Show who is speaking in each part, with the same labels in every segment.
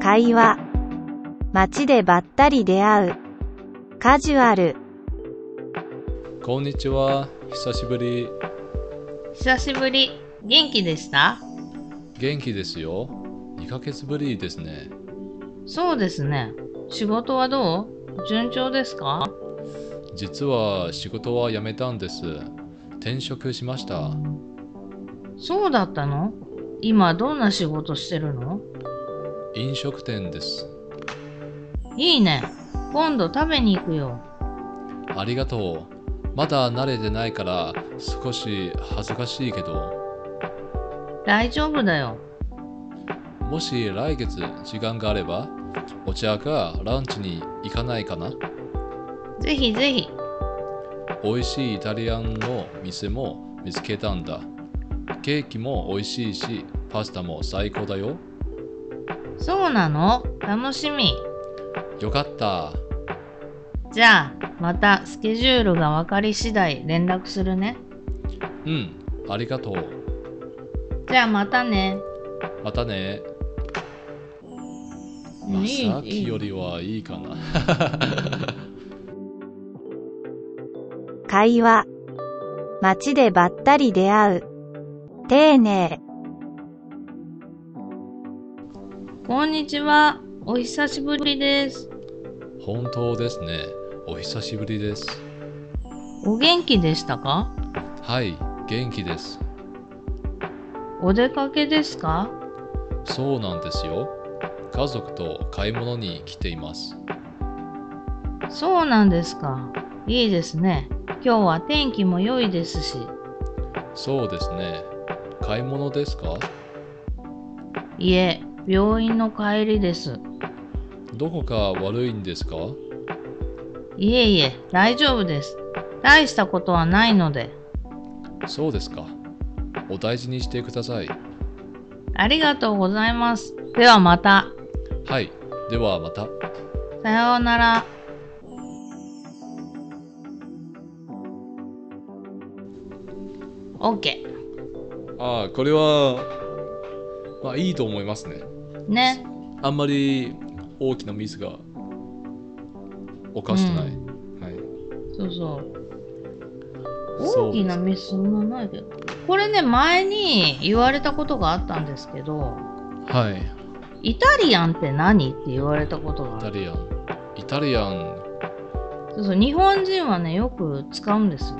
Speaker 1: 会話。街でばったり出会う。カジュアル。
Speaker 2: こんにちは。久しぶり。
Speaker 3: 久しぶり。元気でした
Speaker 2: 元気ですよ。2ヶ月ぶりですね。
Speaker 3: そうですね。仕事はどう順調ですか
Speaker 2: 実は仕事は辞めたんです。転職しました。
Speaker 3: そうだったの今どんな仕事してるの
Speaker 2: 飲食店です。
Speaker 3: いいね。今度食べに行くよ。
Speaker 2: ありがとう。まだ慣れてないから少し恥ずかしいけど、
Speaker 3: 大丈夫だよ。
Speaker 2: もし来月時間があれば、お茶かランチに行かないかな
Speaker 3: ぜひぜひ。
Speaker 2: 美味しいイタリアンの店も見つけたんだ。ケーキも美味しいし、パスタも最高だよ。
Speaker 3: そうなの楽しみ。
Speaker 2: よかった。
Speaker 3: じゃあ、またスケジュールが分かり次第連絡するね。
Speaker 2: うん、ありがとう。
Speaker 3: じゃあまたね。
Speaker 2: またね。まあさっきよりはいいかな。
Speaker 1: 会話。街でばったり出会う。丁寧。
Speaker 3: こんにちは。お久しぶりです。
Speaker 2: 本当ですね。お久しぶりです。
Speaker 3: お元気でしたか
Speaker 2: はい、元気です。
Speaker 3: お出かけですか
Speaker 2: そうなんですよ。家族と買い物に来ています。
Speaker 3: そうなんですか。いいですね。今日は天気も良いですし。
Speaker 2: そうですね。買い物ですか
Speaker 3: いえ、病院の帰りです。
Speaker 2: どこか悪いんですか
Speaker 3: いえいえ、大丈夫です。大したことはないので。
Speaker 2: そうですか。お大事にしてください。
Speaker 3: ありがとうございます。ではまた。
Speaker 2: はい、ではまた。
Speaker 3: さようなら。OK。
Speaker 2: ああ、これは、まあいいと思いますね。
Speaker 3: ね。
Speaker 2: あんまり大きなミスが犯してない。はい、
Speaker 3: そうそう。
Speaker 2: そう
Speaker 3: 大
Speaker 2: です
Speaker 3: きなミスそんなないけど。これね、前に言われたことがあったんですけど、
Speaker 2: はい、
Speaker 3: イタリアンって何って言われたことが
Speaker 2: イ
Speaker 3: あ
Speaker 2: タ
Speaker 3: る
Speaker 2: リアン。イタリアン、
Speaker 3: そうそう日本人はねよく使うんですよ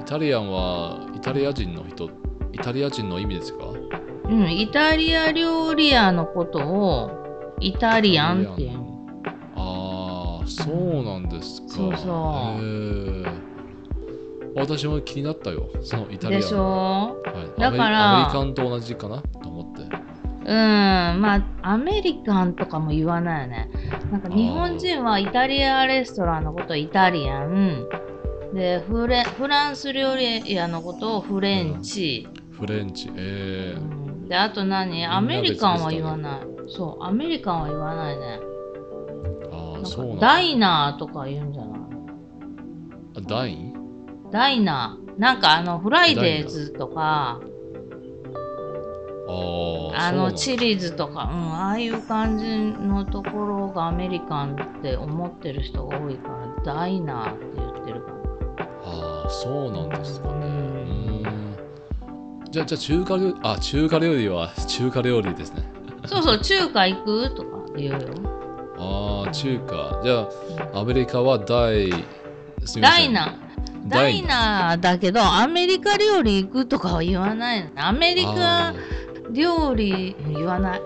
Speaker 2: イタリアンはイタリア人の人、イタリア人の意味ですか
Speaker 3: うんイタリア料理屋のことをイタリアンっていう
Speaker 2: ああ、そうなんですか。
Speaker 3: そうそ
Speaker 2: へ
Speaker 3: う
Speaker 2: ー私も気になったよ、そのイタリアン。
Speaker 3: でしょ
Speaker 2: はい、
Speaker 3: だから
Speaker 2: アメリアメリカンと同じかなと思って。
Speaker 3: うんまあアメリカンとかも言わないよねなんか日本人はイタリアレストランのことをイタリアンでフレフランス料理屋のことをフレンチ、
Speaker 2: フレンチ。えー
Speaker 3: うんであと何アメリカンは言わない、そうアメリカンは言わないね
Speaker 2: あ
Speaker 3: な
Speaker 2: あ、
Speaker 3: ん
Speaker 2: そ
Speaker 3: か
Speaker 2: うなんだ
Speaker 3: ダイナーとか言うんじゃない
Speaker 2: あダイン
Speaker 3: ダイナー。なんかあの、フライデーズとか、
Speaker 2: ああ、そう
Speaker 3: あ
Speaker 2: な
Speaker 3: の、
Speaker 2: んだ
Speaker 3: チリーズとか、うん、ああいう感じのところがアメリカンって思ってる人が多いから、ダイナーって言ってるか
Speaker 2: ああ、そうなんですかね。
Speaker 3: う
Speaker 2: うーんじゃあ、じゃあ中華料理、あ、中華料理は中華料理ですね。
Speaker 3: な。そうそう、中華行くとか言うよ。
Speaker 2: ああ、中華。じゃあ、アメリカは大、すみま
Speaker 3: ダ
Speaker 2: せ
Speaker 3: イ
Speaker 2: ん
Speaker 3: ナー。
Speaker 2: ダ
Speaker 3: ダ
Speaker 2: イ
Speaker 3: イ
Speaker 2: ナ。
Speaker 3: ナーだけど、アメリカ料理行くとかは言わないのね。アメリ
Speaker 2: あ
Speaker 3: カ料理言わない。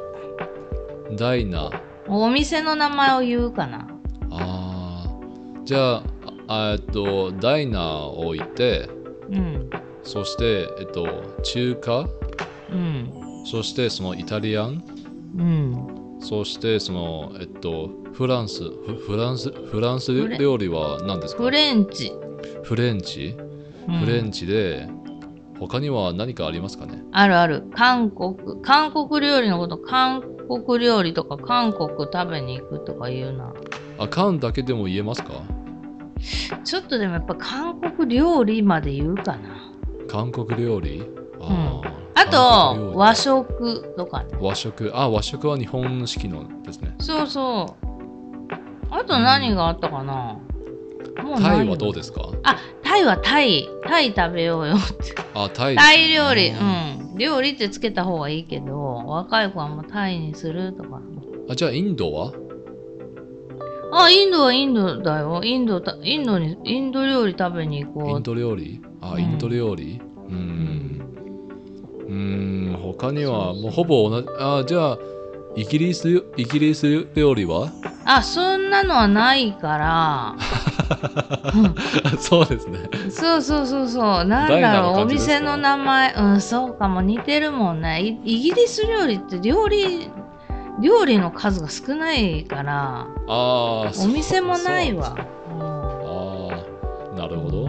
Speaker 2: ーダイナ。
Speaker 3: お店の名前を言うかな。
Speaker 2: あーじゃあ、あえっと、ダイナーを置いて、
Speaker 3: うん。
Speaker 2: そして、えっと、中華、
Speaker 3: うん。
Speaker 2: そしてそのイタリアン、
Speaker 3: うん。
Speaker 2: そしてその、えっと、フランス、フフランス、フランス
Speaker 3: フレ
Speaker 2: 料理は何ですか
Speaker 3: フレンチ。
Speaker 2: フレンチ
Speaker 3: うん
Speaker 2: フレンチで、他には何かありますかね
Speaker 3: あるある。韓国。韓国料理のこと、韓国料理とか、韓国食べに行くとか言うな。
Speaker 2: あ、缶だけでも言えますか
Speaker 3: ちょっとでもやっぱ韓国料理まで言うかな。
Speaker 2: 韓国料理あー、
Speaker 3: ああ
Speaker 2: 韓国料
Speaker 3: と
Speaker 2: 理
Speaker 3: 和食とかね
Speaker 2: 和食。あ、和食は日本式のですね。
Speaker 3: そうそうあと何があったかな、もうない
Speaker 2: タイはどうですか
Speaker 3: あタイはタイタイ食べようよって
Speaker 2: あ、タイ。
Speaker 3: タイ料理
Speaker 2: う
Speaker 3: うんん料理ってつけた方がいいけど若い子はもうタイにするとか
Speaker 2: あ、じゃあインドは
Speaker 3: あインドはインドだよインドたインドにインド料理食べに行こう
Speaker 2: インド料理あ、
Speaker 3: うん
Speaker 2: インド料理うん。うん、他にはもうほぼ同じ。あ、じゃあ、イギリス、イギリス料理は
Speaker 3: あそんなのはないから
Speaker 2: そうですね。
Speaker 3: そうそうそうそうなんだ
Speaker 2: ダイナ
Speaker 3: ろ
Speaker 2: の
Speaker 3: うお
Speaker 2: 感じですか
Speaker 3: 店の名前うんそうかも似てるもんねイイギリス料理って料理料理の数が少ないか
Speaker 2: あ
Speaker 3: ら
Speaker 2: あ、
Speaker 3: お店もない
Speaker 2: そ
Speaker 3: わ
Speaker 2: うああ、なるほど。
Speaker 3: うん、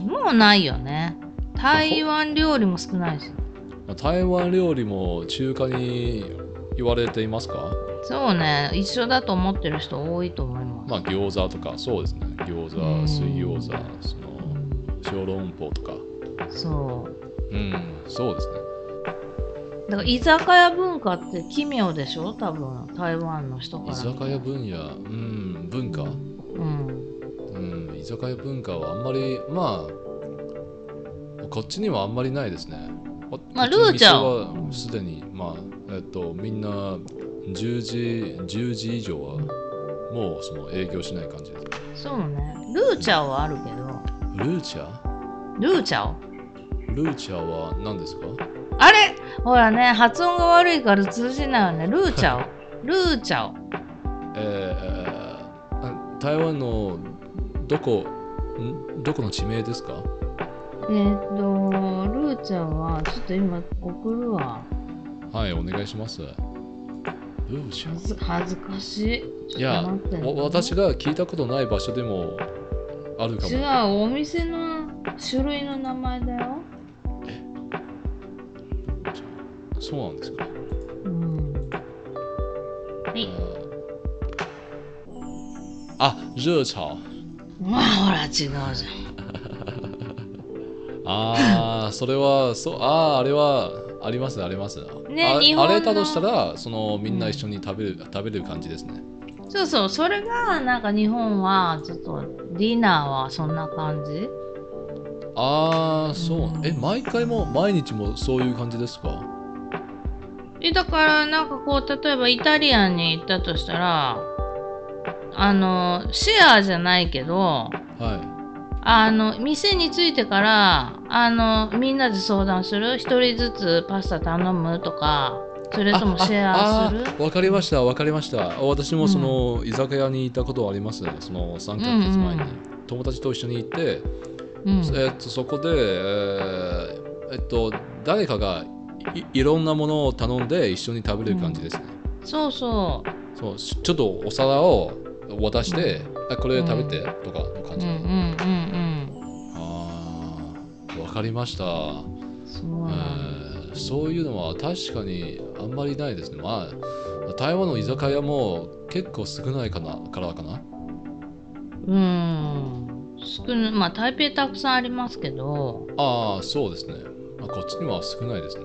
Speaker 3: うん、もうないよね台湾料理も少ないし
Speaker 2: 台湾料理も中華に言われていますか
Speaker 3: そうね一緒だと思ってる人多いと思います、
Speaker 2: まあ餃子とか、そうですね。餃
Speaker 3: う
Speaker 2: 子、
Speaker 3: ん
Speaker 2: 水餃子、そうの、
Speaker 3: ん
Speaker 2: 小籠包とか。
Speaker 3: そう
Speaker 2: うん、そうですね。
Speaker 3: だから居酒屋文化って奇妙でしょ多分台湾の人から
Speaker 2: 居
Speaker 3: 見たら
Speaker 2: 酒屋分野、うん、文化、
Speaker 3: うん
Speaker 2: うん、居酒屋文化はあんまり、まあ、こっちにはあんまりないですね。こ
Speaker 3: まあ
Speaker 2: こっの
Speaker 3: ルーちゃ
Speaker 2: 店
Speaker 3: ん
Speaker 2: はすでに、まあ、えっと、みんな10時、10時以上は、もうその営業しない感じです。
Speaker 3: そうねルーチャオはあるけど
Speaker 2: ルーチャ
Speaker 3: ルーチャオ
Speaker 2: ルーチャは何ですか
Speaker 3: あれほらね発音が悪いから通じないよねルー チャオルーチャオ
Speaker 2: えーあ台湾のどこんどこの地名ですか
Speaker 3: えーっとルーチャオはちょっと今送るわ
Speaker 2: はい、お願いします。ルーチャ
Speaker 3: 恥ず恥ずかし
Speaker 2: い
Speaker 3: い
Speaker 2: や、わ私
Speaker 3: が
Speaker 2: が聞いたことない場所でもあるかも。
Speaker 3: 違うお店の種類の名前だよ
Speaker 2: そうなんですか。
Speaker 3: うんはい
Speaker 2: あ、熱炒。
Speaker 3: まあほら違うじゃん
Speaker 2: ああ、それは、そう、ああ、あれは、あります、あります。
Speaker 3: ね
Speaker 2: あ
Speaker 3: 日本の
Speaker 2: あれだとしたら、その、みんな一緒に食べる、食べる感じですね。
Speaker 3: そうそう、それがなんか日本はちょっとディナーはそんな感じ
Speaker 2: ああ、そう
Speaker 3: う。ん
Speaker 2: え、毎回も、毎日もそういう感じですか
Speaker 3: えだからなんかこう例えばイタリアンに行ったとしたらあのシェアじゃないけど
Speaker 2: は
Speaker 3: あの店に着いてからあのみんなで相談する一人ずつパスタ頼むとかそ
Speaker 2: い。
Speaker 3: れともシェアする
Speaker 2: ああわかりました、わかりました。私もその、居酒屋にいたことあります。その、3ヶ月前に。
Speaker 3: うんうん
Speaker 2: 友達と一緒に行って、
Speaker 3: うん
Speaker 2: えっと、そこで、えーえっと、誰かがいいろんなものを頼んで一緒に食べる感じですね。
Speaker 3: そうそ
Speaker 2: そうしちょっとお皿を渡して、あこれ食べてとかの感
Speaker 3: うう
Speaker 2: じ、
Speaker 3: んうんうん
Speaker 2: ああわかりました、
Speaker 3: うんそう
Speaker 2: え
Speaker 3: なんだ
Speaker 2: ーそういうのは確かにあんまりないですねまあ台湾の居酒屋も結構少ないかなからかな
Speaker 3: うん少ないまあ台北たくさんありますけど
Speaker 2: ああそうですね、まあ、こっちには少ないですね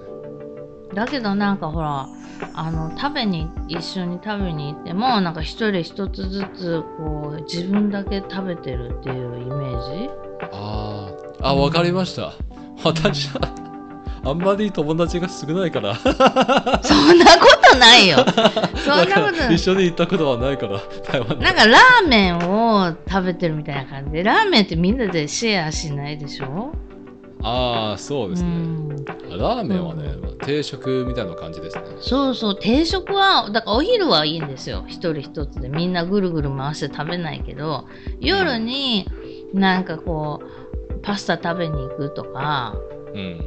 Speaker 3: だけどなんかほらあの食べに一緒に食べに行ってもなんか一人一つずつこう自分だけ食べてるっていうイメージ
Speaker 2: あーあわかりました、私はあんまり友達が少ないから
Speaker 3: そんなことないよそんな
Speaker 2: だか
Speaker 3: ことな
Speaker 2: ら
Speaker 3: い
Speaker 2: 一緒に行ったことはないから台湾に
Speaker 3: なんかラーメンを食べてるみたいな感じでラーメンってみんなでシェアしないでしょ
Speaker 2: ああそうですね、
Speaker 3: ん
Speaker 2: ラーメンはね、まあ定食みたいな感じですね。
Speaker 3: そうそう定食はだからお昼はいいんですよ一人一つでみんなぐるぐる回して食べないけど夜になんかこうパスタ食べに行くとか
Speaker 2: うん。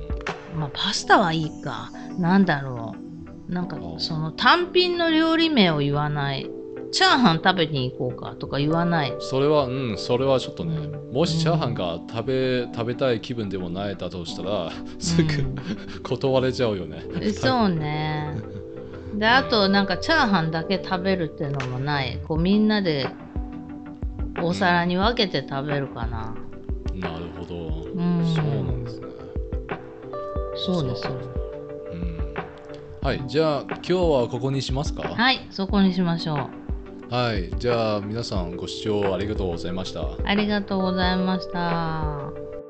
Speaker 3: まあ、パスタはいいか。なんだろう。なんか
Speaker 2: うん
Speaker 3: その単品の料理名を言わない。チャーハン食べに行こうかとか言わない。
Speaker 2: それは、うん、それはちょっとね、も
Speaker 3: う
Speaker 2: し
Speaker 3: ん
Speaker 2: チャーハンが食べ食べたい気分でもないだとしたら、すぐ、 断れちゃうよね。
Speaker 3: うんそうね。で、あとなんかチャーハンだけ食べるっていうのもない。こうみんなでお皿に分けて食べるかな。
Speaker 2: なるほど。
Speaker 3: うん。
Speaker 2: そうなんですね。
Speaker 3: そうですよ。
Speaker 2: うんはい、じゃあ今日はここにしますかは
Speaker 3: はい、そこにしましょう。
Speaker 2: い、じゃあ皆さんご視聴ありがとうございました。
Speaker 3: ありがとうございました。